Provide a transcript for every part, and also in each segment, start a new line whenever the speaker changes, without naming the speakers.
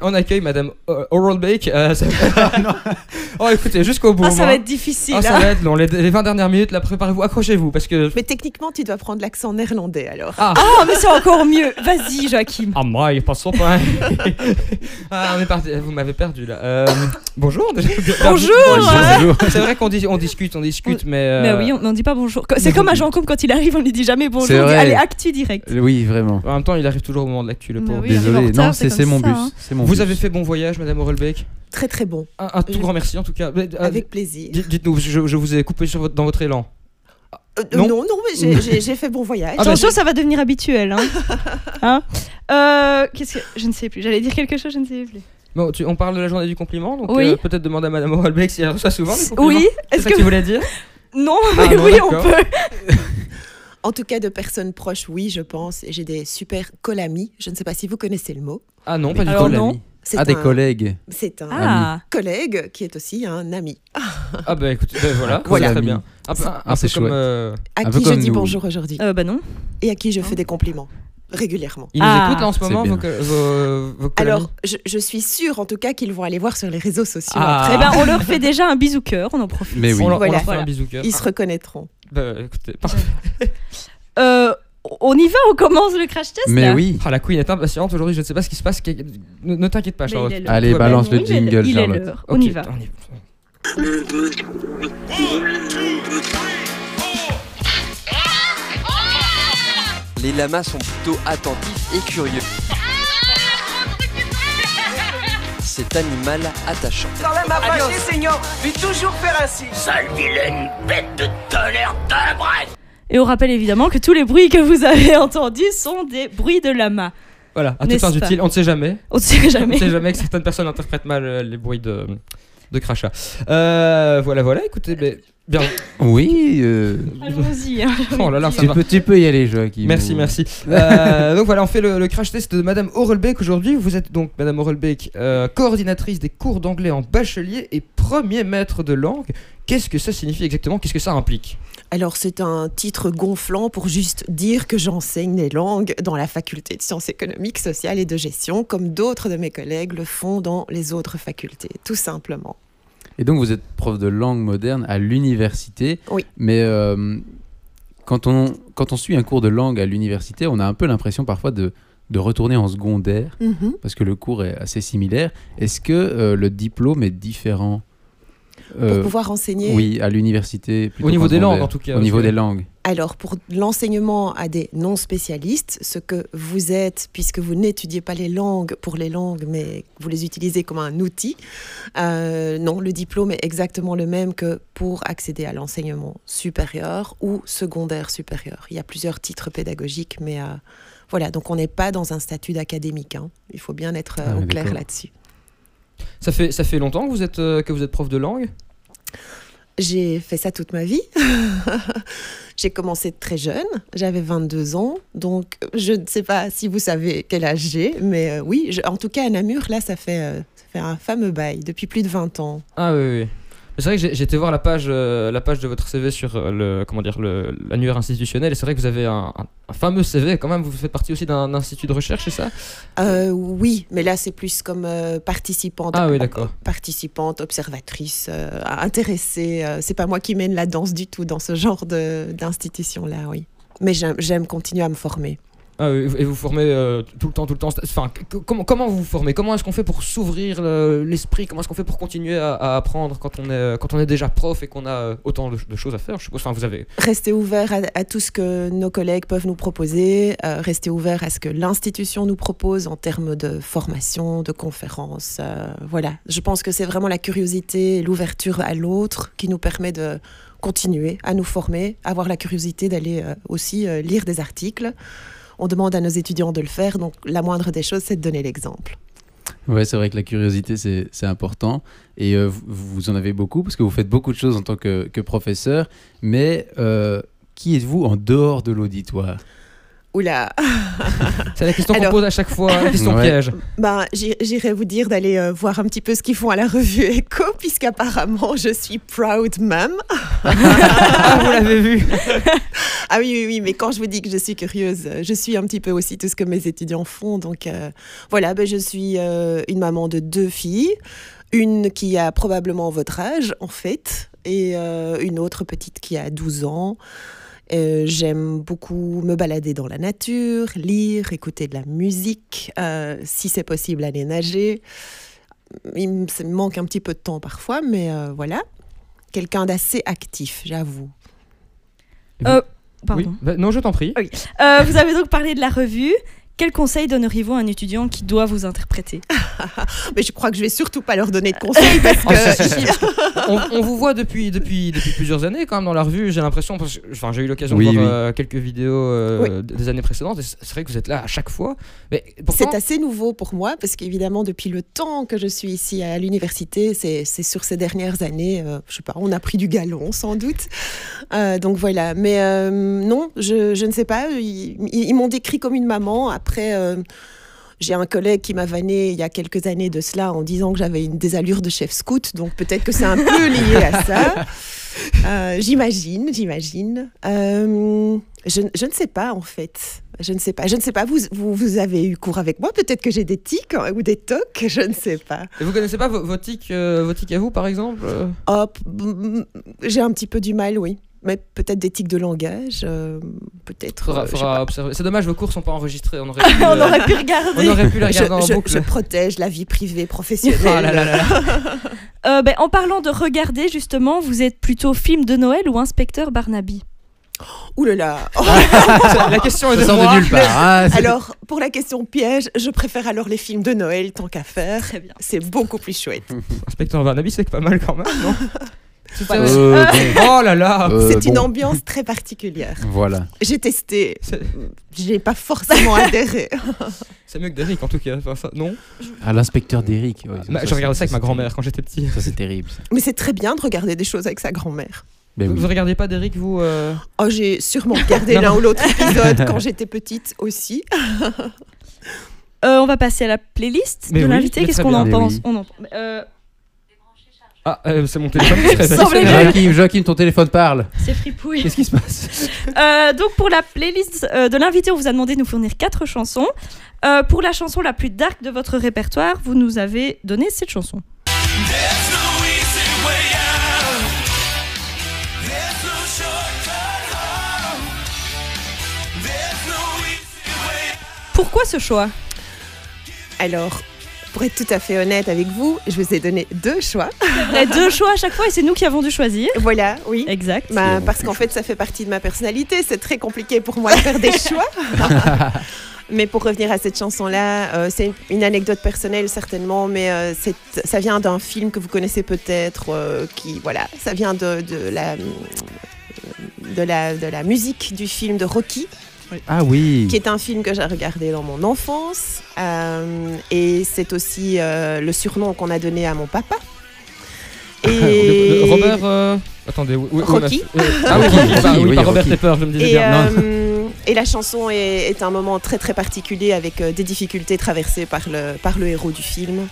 on accueille Madame O- Oral Bake. euh, ça- oh, écoutez, jusqu'au bout.
Ah, ça
moi.
va être difficile.
Ah, ça
hein.
va être long. Les, les 20 dernières minutes, là, préparez-vous, accrochez-vous, parce que.
Mais techniquement, tu dois prendre l'accent néerlandais alors.
Ah,
Ah, mais c'est encore mieux. Vas-y, Joachim.
ah moi, il passe son pain. ah, on est parti. Vous m'avez perdu là. Euh, bonjour. déjà.
Bonjour.
Oh, Bonjour.
C'est vrai qu'on dis- on discute, on discute, mais. euh,
Bah oui, on n'en dit pas bonjour. C'est comme à Jean Combe quand il arrive, on lui dit jamais bonjour.
C'est
On dit,
vrai. Euh,
Allez, actu direct.
Oui, vraiment.
En même temps, il arrive toujours au moment de l'actu, le
Bah
pauvre.
oui. on arrive en
Désolé.
retard,
Non,
c'est
c'est c'est
comme
mon
ça,
bus.
hein.
C'est mon
Vous
bus.
avez fait bon voyage, Madame Orelbeck.
Très très bon,
Un, un tout
Euh,
grand merci en tout cas. Mais, euh,
avec plaisir.
dites- Dites-nous, je, je vous ai coupé sur votre- dans votre élan.
Euh,
non.
non, non, mais j'ai- j'ai j'ai fait bon voyage.
Ah, bah,
Attention,
j'ai-
ça va devenir habituel. Hein. Hein Euh, Qu'est-ce que je ne sais plus. J'allais dire quelque chose, je ne sais plus.
Bon, tu- on parle de la journée du compliment, donc
Oui.
euh, peut-être demander à Madame Orelbeck si elle reçoit souvent des compliments.
Oui.
C'est
Est-ce
ça que tu
que
voulais dire
non
Ah,
Mais
non,
oui, on
d'accord.
peut.
En tout cas, de personnes proches, oui, je pense. Et J'ai des super collamis. Je ne sais pas si vous connaissez le mot.
Ah non, pas du
Alors
tout.
non.
C'est
Ah, des
un-
collègues.
C'est un
Ah.
collègue qui est aussi un ami
Ah bah écoute, bah, voilà,
Voilà.
c'est très bien. Un peu, un
Ah,
peu
c'est
comme
chouette.
euh,
à
Un peu
qui je
comme
dis
nous.
bonjour aujourd'hui
Euh, bah non.
et à qui je fais des compliments régulièrement.
ils nous
Ah,
écoutent là en ce
c'est
moment
bien.
vos, co- vos, vos collègues
Alors, je, je suis sûre en tout cas qu'ils vont aller voir sur les réseaux sociaux.
Ah.
après.
Eh ben, on leur fait déjà un bisou cœur. On en profite.
Mais oui.
on, leur, on
Voilà.
leur fait un
Voilà.
bisou cœur.
Ils se reconnaîtront.
Ah, bah, écoutez, parfait.
Euh, on y va. On commence le crash test.
Mais
là
oui.
Ah la queen est impatiente aujourd'hui, je ne sais pas ce qui se passe. qu'est- Ne, ne t'inquiète pas
Mais
Charlotte.
Bah il est là.
Allez,
Tout va
balance le
Oui, mais
jingle,
Il est
Charlotte.
l'heure. On y
Ok,
va.
on y va.
Les lamas sont plutôt attentifs et curieux. Cet animal attachant.
Dans la Mapache, Seigneur, puis toujours faire ainsi.
Et on rappelle évidemment que tous les bruits que vous avez entendus sont des bruits de lama.
Voilà, à toutes
N'est-ce
fins
pas
utiles, on ne sait jamais.
On ne sait
On
jamais.
ne sait jamais que certaines personnes interprètent mal euh, les bruits de, de crachat. Euh, voilà, voilà, écoutez, mais- bien.
Oui. euh,
Allons-y. hein, j'ai
Oh là là,
envie de
ça
Tu
va.
peux, tu peux y aller, Joachim.
Merci, merci. Euh, donc voilà, on fait le, le crash test de Madame Orelbeck aujourd'hui. Vous êtes donc Madame Orelbeck, euh, coordinatrice des cours d'anglais en bachelier et premier maître de langue. Qu'est-ce que ça signifie exactement Qu'est-ce que ça implique
Alors, c'est un titre gonflant pour juste dire que j'enseigne les langues dans la faculté de sciences économiques, sociales et de gestion, comme d'autres de mes collègues le font dans les autres facultés, tout simplement.
Et donc, vous êtes prof de langue moderne à l'université.
Oui.
Mais euh, quand, on, quand on suit un cours de langue à l'université, on a un peu l'impression parfois de, de retourner en secondaire, parce que le cours est assez similaire. Est-ce que euh, le diplôme est différent
Pour
euh,
pouvoir enseigner
Oui, à l'université. plutôt
Au niveau
qu'en
des
secondaire.
langues, en tout cas,
Au
parce
niveau
que-
des langues.
Alors, pour l'enseignement à des non-spécialistes, ce que vous êtes, puisque vous n'étudiez pas les langues pour les langues, mais vous les utilisez comme un outil, euh, non, le diplôme est exactement le même que pour accéder à l'enseignement supérieur ou secondaire supérieur. Il y a plusieurs titres pédagogiques, mais euh, voilà, donc on n'est pas dans un statut d'académique. hein. Il faut bien être euh,
Ah,
au clair
d'accord.
là-dessus.
Ça fait, ça fait longtemps que vous êtes, euh, que vous êtes prof de langue
J'ai fait ça toute ma vie. J'ai commencé très jeune, j'avais 22 ans, donc je ne sais pas si vous savez quel âge j'ai, mais euh, oui, je- en tout cas à Namur, là, ça fait, euh, ça fait un fameux bail, depuis plus de 20 ans.
Ah oui, oui. Mais C'est vrai que j'ai- j'étais voir la page, euh, la page de votre CV sur euh, le comment dire le- l'annuaire institutionnel et c'est vrai que vous avez un, un- un fameux CV quand même. Vous faites partie aussi d'un institut de recherche, c'est ça
Euh, oui, mais là, c'est plus comme euh, participante.
Ah oui, d'accord.
Participante, observatrice, euh, intéressée. euh, c'est pas moi qui mène la danse du tout dans ce genre de- d'institution-là, oui. Mais j'aime- j'aime continuer à me former.
Ah oui, et vous formez euh, tout le temps, tout le temps. Enfin, c- comment, comment vous vous formez Comment est-ce qu'on fait pour s'ouvrir euh, l'esprit Comment est-ce qu'on fait pour continuer à, à apprendre quand on, est, euh, quand on est déjà prof et qu'on a euh, autant de, de choses à faire Je suppose. Enfin, vous avez.
Rester ouvert à, à tout ce que nos collègues peuvent nous proposer, euh, rester ouvert à ce que l'institution nous propose en termes de formation, de conférences. euh, voilà, je pense que c'est vraiment la curiosité et l'ouverture à l'autre qui nous permet de continuer à nous former, avoir la curiosité d'aller euh, aussi euh, lire des articles. On demande à nos étudiants de le faire, donc la moindre des choses, c'est de donner l'exemple.
Ouais, c'est vrai que la curiosité, c'est c'est important. Et euh, vous, vous en avez beaucoup, parce que vous faites beaucoup de choses en tant que, que professeur. Mais euh, qui êtes-vous en dehors de l'auditoire
Oula.
C'est la question qu'on
Alors-
pose à chaque fois, la question
Ouais.
piège.
Ben, j'i- j'irai vous dire d'aller euh, voir un petit peu ce qu'ils font à la revue Echo, puisqu'apparemment je suis proud mum.
Ah, vous l'avez vu
Ah oui, oui, oui, mais quand je vous dis que je suis curieuse, euh, je suis un petit peu aussi tout ce que mes étudiants font. Donc euh, voilà, ben, je suis euh, une maman de deux filles, une qui a probablement votre âge en fait, et euh, une autre petite qui a 12 ans. Euh, J'aime beaucoup me balader dans la nature, lire, écouter de la musique, euh, si c'est possible aller nager. Il me ça me manque un petit peu de temps parfois, mais euh, voilà. Quelqu'un d'assez actif, j'avoue.
Pardon.
Bah, Non, je t'en prie.
Euh, vous avez donc parlé de la revue. Quel conseil donneriez-vous à un étudiant qui doit vous interpréter
Mais je crois que je vais surtout pas leur donner de conseils parce
Oh, si, si,
que
si, parce que on, on vous voit depuis, depuis, depuis plusieurs années quand même dans la revue, j'ai l'impression, parce que enfin, j'ai eu l'occasion
Oui,
de voir
oui.
euh, quelques vidéos euh, des années précédentes, et c'est c'est vrai que vous êtes là à chaque fois. Mais pourtant,
c'est assez nouveau pour moi parce qu'évidemment depuis le temps que je suis ici à l'université, c'est c'est sur ces dernières années, euh, je sais pas, on a pris du galon sans doute. Euh, donc voilà, mais euh, non, je, je ne sais pas, ils, ils- ils m'ont décrit comme une maman. Après, euh, j'ai un collègue qui m'a vanné il y a quelques années de cela en disant que j'avais une des allures de chef scout, donc peut-être que c'est un peu lié à ça. Euh, j'imagine, j'imagine. Euh, je, je ne sais pas en fait. Je ne sais pas. Je ne sais pas. Vous, vous, vous avez eu cours avec moi. Peut-être que j'ai des tics hein, ou des tocs. Je ne sais pas.
Et vous connaissez pas vos, vos tics, euh, vos tics à vous par exemple euh
Hop. mm, J'ai un petit peu du mal, oui. Mais peut-être des tics de langage. euh, peut-être.
Faudra,
euh, je sais
faudra
pas.
observer. C'est dommage, vos cours sont pas enregistrés. On aurait pu,
On
euh,
aurait pu
on
regarder.
aurait pu les
Je,
regarder en
je-
boucle.
je protège la vie privée, professionnelle.
Ah là là là là.
Euh, ben, en parlant de regarder, justement, vous êtes plutôt film de Noël ou inspecteur Barnaby
Ouh là là. Oh,
La question est de
Ça
Ah,
sort
moi.
de nulle part. hein, c'est-
alors, pour la question piège, je préfère alors les films de Noël tant qu'à faire.
Très bien.
C'est beaucoup plus chouette.
Inspecteur Barnaby, c'est pas mal quand même, non C'est ça.
Euh,
Oh là là
bon, euh,
C'est une
bon,
ambiance très particulière.
Voilà.
J'ai testé.
C'est-
J'ai pas forcément adhéré.
C'est mieux que Derrick en tout cas. Enfin, ça- non
À l'inspecteur d'Eric. ouais,
Bah,
ça,
Je regardais ça avec
c'est-
ma grand-mère quand j'étais petit.
Ça, c'est terrible. ça.
Mais c'est très bien de regarder des choses avec sa grand-mère.
Ben oui.
Vous regardez pas Derrick, vous euh
Oh, j'ai sûrement regardé l'un ou l'autre épisode quand j'étais petite aussi.
Euh, on va passer à la playlist
Mais
de
oui,
l'invité.
mais
Qu'est-ce
très
qu'on
bien.
en
Mais
pense
oui.
On en- Euh,
Ah, euh, c'est mon téléphone qui fait ça.
semblait bien.
Joachim, Joachim, ton téléphone parle.
C'est fripouille.
Qu'est-ce qui se passe
Euh, donc pour la playlist euh, de l'invité, on vous a demandé de nous fournir quatre chansons. Euh, pour la chanson la plus dark de votre répertoire, vous nous avez donné cette chanson. Pourquoi ce choix
Alors, pour être tout à fait honnête avec vous, je vous ai donné deux choix.
Les deux choix à chaque fois et c'est nous qui avons dû choisir.
Voilà, oui.
Exact.
Bah, parce qu'en fait, ça fait partie de ma personnalité. C'est très compliqué pour moi de faire des choix. mais pour revenir à cette chanson-là, euh, c'est une anecdote personnelle certainement, mais euh, c'est- ça vient d'un film que vous connaissez peut-être, euh, qui voilà, ça vient de, de la euh, de la, de la musique du film de Rocky,
Ah oui.
qui est un film que j'ai regardé dans mon enfance. Euh, et c'est aussi euh, le surnom qu'on a donné à mon papa. Et-
Ah, Robert. euh, Attendez, oui, oui,
Rocky.
on a- euh, Ah oui, Rocky, bah oui,
Oui,
pas Robert
Rocky.
Pepper, je me disais
Et,
bien. Non.
euh, et la chanson est, est un moment très très particulier avec euh, des difficultés traversées par le, par le héros du film.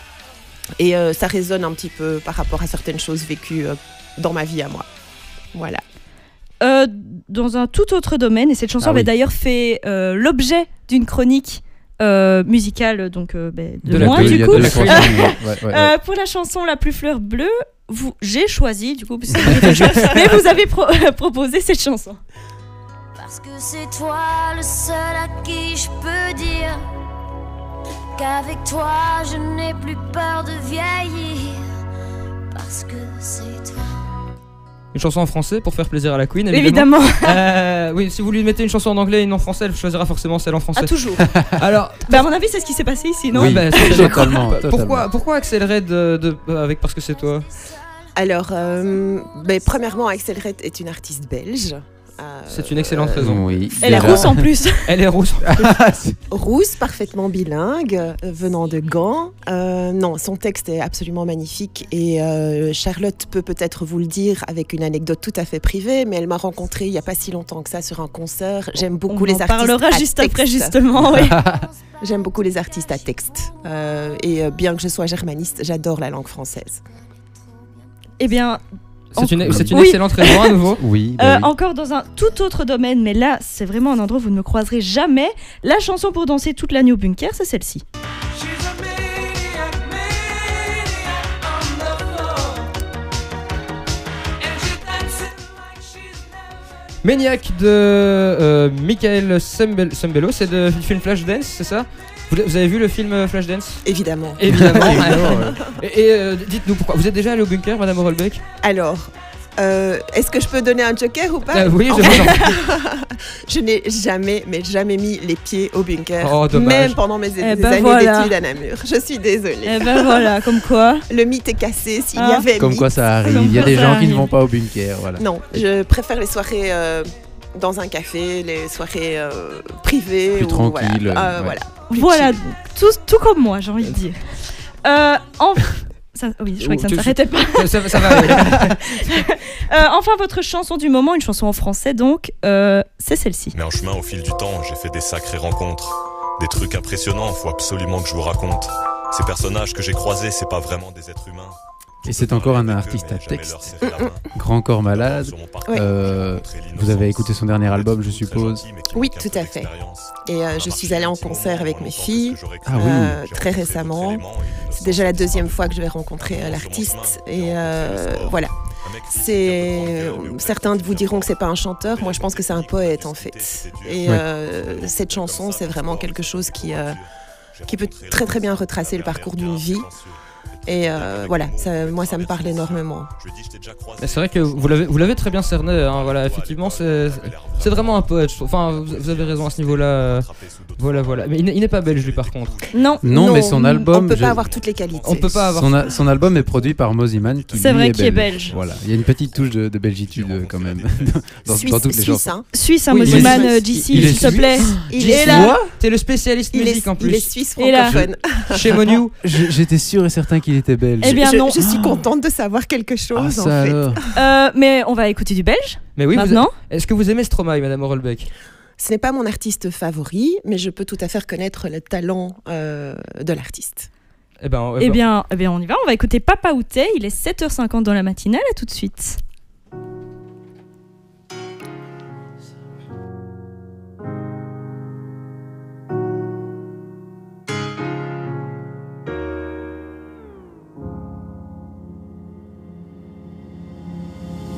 Et euh, ça résonne un petit peu par rapport à certaines choses vécues euh, dans ma vie à moi. Voilà.
Euh, dans un tout autre domaine. Et cette chanson
Ah
avait
oui.
d'ailleurs fait euh, l'objet d'une chronique euh, musicale, donc euh, ben, de,
De la
loin
deux,
il
du
y a
coup.
deux chansons, ouais, ouais, ouais.
Euh, pour la chanson La plus fleur bleue, vous, j'ai choisi du coup, parce que c'était chaud, mais vous avez pro- proposé cette chanson.
Parce que c'est toi le seul à qui je peux dire qu'avec toi je n'ai plus peur de vieillir. Parce que c'est toi.
Une chanson en français pour faire plaisir à la Queen, évidemment.
Évidemment,
Euh, oui, si vous lui mettez une chanson en anglais et une en français, elle choisira forcément celle en français.
à Ah, toujours.
Alors,
Bah, à mon avis, c'est ce qui s'est passé ici, non
Oui. bah, c'est-
totalement.
pourquoi, pourquoi accélérer de, de- euh, avec Parce que c'est toi
Alors, euh, ben, premièrement, Axel Red est une artiste belge. euh,
C'est une excellente raison.
Oui,
Elle est
déjà.
rousse en plus.
Elle est rousse.
rousse, parfaitement bilingue, euh, venant de Gand. Euh, non, son texte est absolument magnifique et euh, Charlotte peut peut-être vous le dire avec une anecdote tout à fait privée, mais elle m'a rencontrée il n'y a pas si longtemps que ça sur un concert. J'aime beaucoup
On
les
en
artistes.
parlera
à
juste après,
texte.
justement. oui.
J'aime beaucoup les artistes à texte. Euh, et euh, bien que je sois germaniste, j'adore la langue française.
Eh bien,
C'est une, c'est une
Oui.
excellente raison à nouveau.
Euh,
Oui, bah oui.
Encore dans un tout autre domaine, mais là, c'est vraiment un endroit où vous ne me croiserez jamais. La chanson pour danser toute l'année au bunker, c'est celle-ci.
She's a maniac, maniac on the floor. And she's dancing like she's never.
Maniac de euh, Michael Sembel- Sembello, c'est le film Flashdance, c'est ça vous, vous avez vu le film euh, Flashdance
Évidemment.
Évidemment. et et, euh, dites-nous pourquoi. Vous êtes déjà allé au bunker, Madame Rolbeck
Alors, euh, est-ce que je peux donner un joker ou
Ah.
pas
Euh, Oui,
En
je vous en prie.
Je n'ai jamais, mais jamais mis les pieds au bunker.
Oh, dommage.
même pendant mes
Eh ben
années
voilà.
d'études à Namur. Je suis désolée.
Eh ben voilà, comme quoi.
Le mythe est cassé s'il y
Ah.
avait
Comme
mythe.
quoi ça arrive. Il y a
quoi,
des
ça
gens qui ne
arrive.
vont pas au bunker. Voilà.
Non, je préfère les soirées euh, dans un café, les soirées euh, privées.
Plus
ou
tranquille,
Voilà. Euh,
ouais.
voilà. Plus
Voilà,
chill.
tout, tout comme moi, j'ai envie de dire. Euh, en- ça- oui, je crois que ça ne
Tu-
Oh,
s'arrêtait pas.
ça, ça- ça va. oui.
Euh, enfin, votre chanson du moment, une chanson en français donc, euh, c'est celle-ci.
Mais en chemin, au fil du temps, j'ai fait des sacrées rencontres. Des trucs impressionnants, faut absolument que je vous raconte. Ces personnages que j'ai croisés, c'est pas vraiment des êtres humains.
Et c'est encore un artiste à texte. Grand corps malade.
Ouais.
Euh, vous avez écouté son dernier album, je suppose.
Oui, tout à fait. Et euh, je suis allée en concert avec mes filles.
Ah oui.
euh, très récemment. C'est déjà la deuxième fois que je vais rencontrer euh, l'artiste. Et euh, voilà. C'est certains de vous diront que c'est pas un chanteur. Moi, je pense que c'est un poète en fait. Et
Ouais.
euh, cette chanson, c'est vraiment quelque chose qui euh, qui peut très très bien retracer le parcours d'une vie. Et euh, voilà, ça- moi, ça me parle énormément.
Mais C'est vrai que vous l'avez, vous l'avez très bien cerné. hein, voilà, effectivement, c'est, c'est vraiment un poète. je trouve. Enfin, vous vous avez raison à ce niveau-là. euh, Voilà, voilà. Mais il n'est- il n'est pas belge, lui, par contre.
Non,
Non, mais son
On
album.
peut
je-
pas avoir toutes les qualités.
On peut pas avoir.
Son, a- son album est produit par Moziman qui
C'est
lui,
vrai
est
qu'il est belge.
Voilà, il y a une petite touche de, de belgitude euh, quand même dans, dans
Suisse,
toutes les
Suisse,
chansons.
hein.
Suisse, un
Oui,
il est
Moziman
suisse.
euh, JC,
Il est
s'il te
suisse.
plaît.
Il
Jay-
est
Et
là.
Quoi T'es le spécialiste
Il
musique
est,
en
il est
plus.
suisse
Et là.
francophone.
Chez Monu.
Je- J'étais sûr et certain qu'il était belge.
Eh bien
je,
non.
je suis contente de savoir quelque
Ah,
chose en
ça
fait.
alors.
Euh, mais on va écouter du belge
Mais oui, vous-
maintenant.
est-ce que vous aimez Stromae, Madame Rolbeck
Ce n'est pas mon artiste favori, mais je peux tout à fait reconnaître le talent euh, de l'artiste.
Eh ben,
bah.
Eh bien, eh bien, on y va. On va écouter Papa Outé. Il est 7h50 dans la matinale. À tout de suite.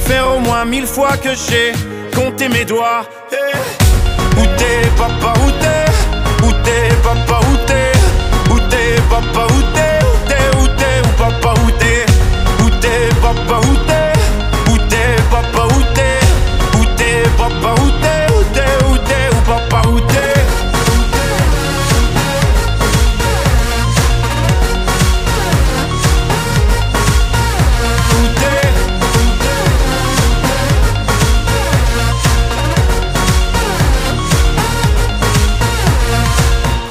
faire au moins mille fois que j'ai compté mes doigts. Eh. Où t'es, papa, où t'es Où t'es, papa, où t'es Où t'es, papa, où t'es Où t'es, où t'es, où papa, où t'es Où t'es, papa, où t'es Où t'es, papa, où t'es Où t'es, papa, où t'es Où t'es, où t'es, où papa, où t'es Où t'es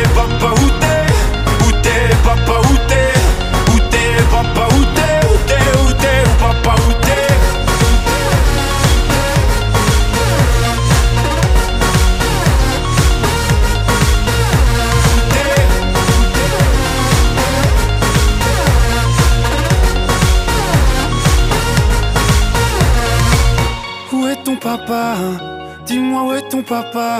papa Dis-moi où est ton papa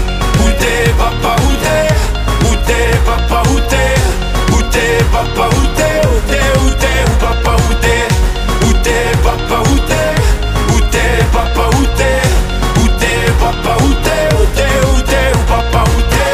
où t'es papa, où t'es Où t'es papa, où t'es Où t'es papa, où t'es Où t'es, où t'es, où papa, où t'es Où t'es papa, où t'es Où t'es papa, où t'es Où t'es papa, où t'es Où t'es, où t'es, où papa, où t'es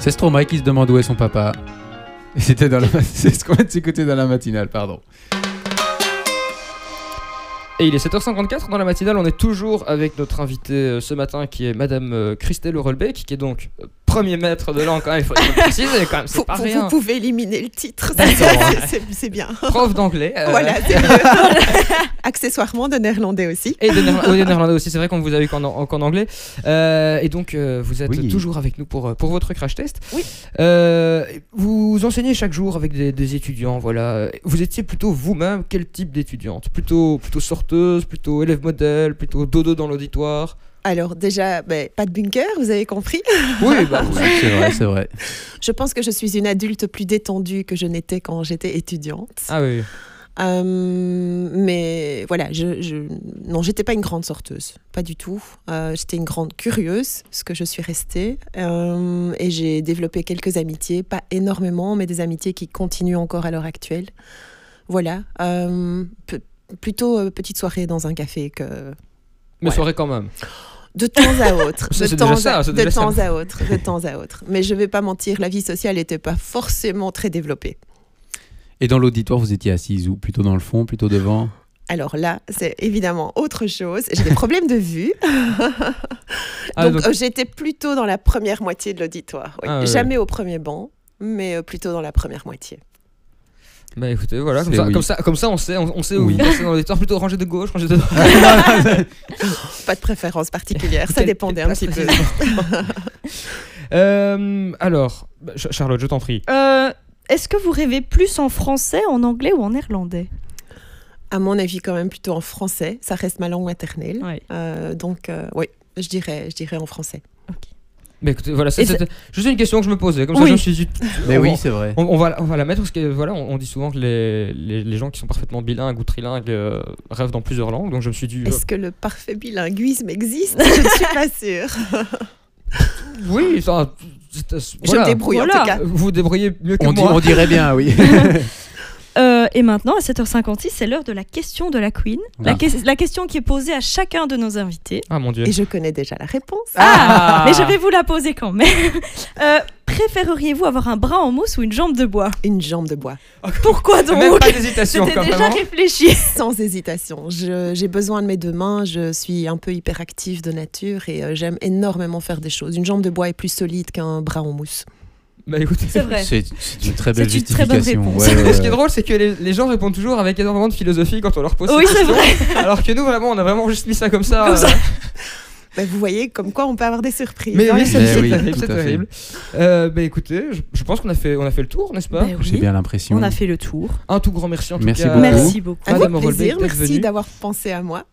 C'est Stromae qui se demande où est son papa. Et c'était dans la... C'est ce qu'on a écouté dans la matinale, pardon.
Et il est 7h54 dans la matinale, on est toujours avec notre invité euh, ce matin qui est Madame euh, Christelle Rolbeck, qui est donc euh, premier maître de langue, quand même, il faut le préciser quand même,
Faut-
c'est pas
faut-
rien.
Vous pouvez éliminer le titre, ça,
D'accord,
c'est-
ouais.
c'est- c'est bien.
Prof d'anglais. euh,
Voilà, c'est mieux. Accessoirement de néerlandais aussi.
Et de néer- oui, de néerlandais aussi, c'est vrai qu'on vous a eu qu'en an- qu'en anglais. Euh, et donc, euh, vous êtes
Oui.
toujours avec nous pour, euh, pour votre crash test.
Oui.
Euh, vous enseignez chaque jour avec des, des étudiants, voilà. Vous étiez plutôt vous-même quel type d'étudiante plutôt, plutôt sorteuse, plutôt élève modèle, plutôt dodo dans l'auditoire
Alors déjà, ben, pas de bunker, vous avez compris.
Oui, bah,
Oui, c'est vrai, c'est vrai.
Je pense que je suis une adulte plus détendue que je n'étais quand j'étais étudiante.
Ah oui.
Euh, mais voilà, je, je- non, j'étais pas une grande sorteuse, pas du tout. Euh, j'étais une grande curieuse, ce que je suis restée. Euh, et j'ai développé quelques amitiés, pas énormément, mais des amitiés qui continuent encore à l'heure actuelle. Voilà, Euh, pe- plutôt euh, petite soirée dans un café que
Mais
Ouais.
soirée quand même.
de temps à autre,
Ça,
de
c'est déjà
temps,
ça,
à,
c'est
de
déjà ça.
temps à autre, de temps à autre. Mais je vais pas mentir, la vie sociale n'était pas forcément très développée.
Et dans l'auditoire, vous étiez assise où Plutôt dans le fond, plutôt devant
Alors là, c'est évidemment autre chose. J'ai des problèmes de vue.
Ah,
donc
donc-
euh, j'étais plutôt dans la première moitié de l'auditoire. oui.
Ah, ouais,
Jamais au premier banc, mais euh, plutôt dans la première moitié.
Bah écoutez, voilà, comme
C'est
ça,
oui.
comme, ça, comme ça on sait, on, on sait où
Oui.
il est, c'est dans l'auditoire, plutôt rangée de gauche, rangée de droite.
Pas de préférence particulière, ça
Quelle-
dépendait un
quelle
petit peu.
place précisément. Euh, alors, bah, Ch- Charlotte, je t'en prie.
Euh, Est-ce que vous rêvez plus en français, en anglais ou en néerlandais
À mon avis, quand même plutôt en français. Ça reste ma langue maternelle.
Oui.
Euh, donc euh, oui, je dirais, je dirais en français.
Bah écoutez, voilà, ça,
Et ça-
c'était juste une question que je me posais. Comme ça,
Oui.
je me suis dit,
Mais
on-
oui, c'est vrai.
on, on va, on va la mettre parce que voilà, on, on dit souvent que les, les, les gens qui sont parfaitement bilingues ou trilingues euh, rêvent dans plusieurs langues. Donc je me suis dit, euh,
Est-ce que le parfait bilinguisme existe Je ne suis pas sûre.
oui, ça, c'est- c'est-
Je me
voilà.
débrouille en
Voilà.
tout cas.
Vous vous débrouillez mieux que
On, dit-
moi.
on dirait bien, oui.
Euh, Et maintenant, à 7h56, c'est l'heure de la question de la Queen. La,
Ah.
que- la question qui est posée à chacun de nos invités.
Ah mon dieu.
Et je connais déjà la réponse.
Ah, Mais je vais vous la poser quand même. Euh, Préféreriez-vous avoir un bras en mousse ou une jambe de bois
Une jambe de bois.
Pourquoi
Même
donc
pas d'hésitation,
C'était
quand hein.
déjà
vraiment.
réfléchi.
Sans hésitation. Je- J'ai besoin de mes deux mains. Je suis un peu hyperactive de nature et euh, j'aime énormément faire des choses. Une jambe de bois est plus solide qu'un bras en mousse.
Bah écoutez.
C'est vrai.
C'est c'est une très belle
C'est une très bonne
justification.
réponse.
ouais, ouais,
Ce qui est
ouais.
drôle, c'est que les, les gens répondent toujours avec énormément de philosophie quand on leur pose
Oui,
cette
c'est
question.
vrai.
Alors que nous, vraiment, on a vraiment juste mis ça comme ça. euh,
Comme ça.
Bah, vous voyez comme quoi on peut avoir des surprises.
Mais
hein.
oui, c'est
Mais
c'est
Eh oui,
terrible,
tout
c'est
à fait.
terrible. Euh, bah écoutez, je, je pense qu'on a fait, on a fait le tour, n'est-ce pas
Ben
J'ai
oui,
bien l'impression.
On a fait le tour.
Un tout grand merci en tout
Merci
cas.
beaucoup.
Merci beaucoup.
Avec
Madame Rolbeck,
plaisir.
d'être
Merci
venue.
d'avoir pensé à moi.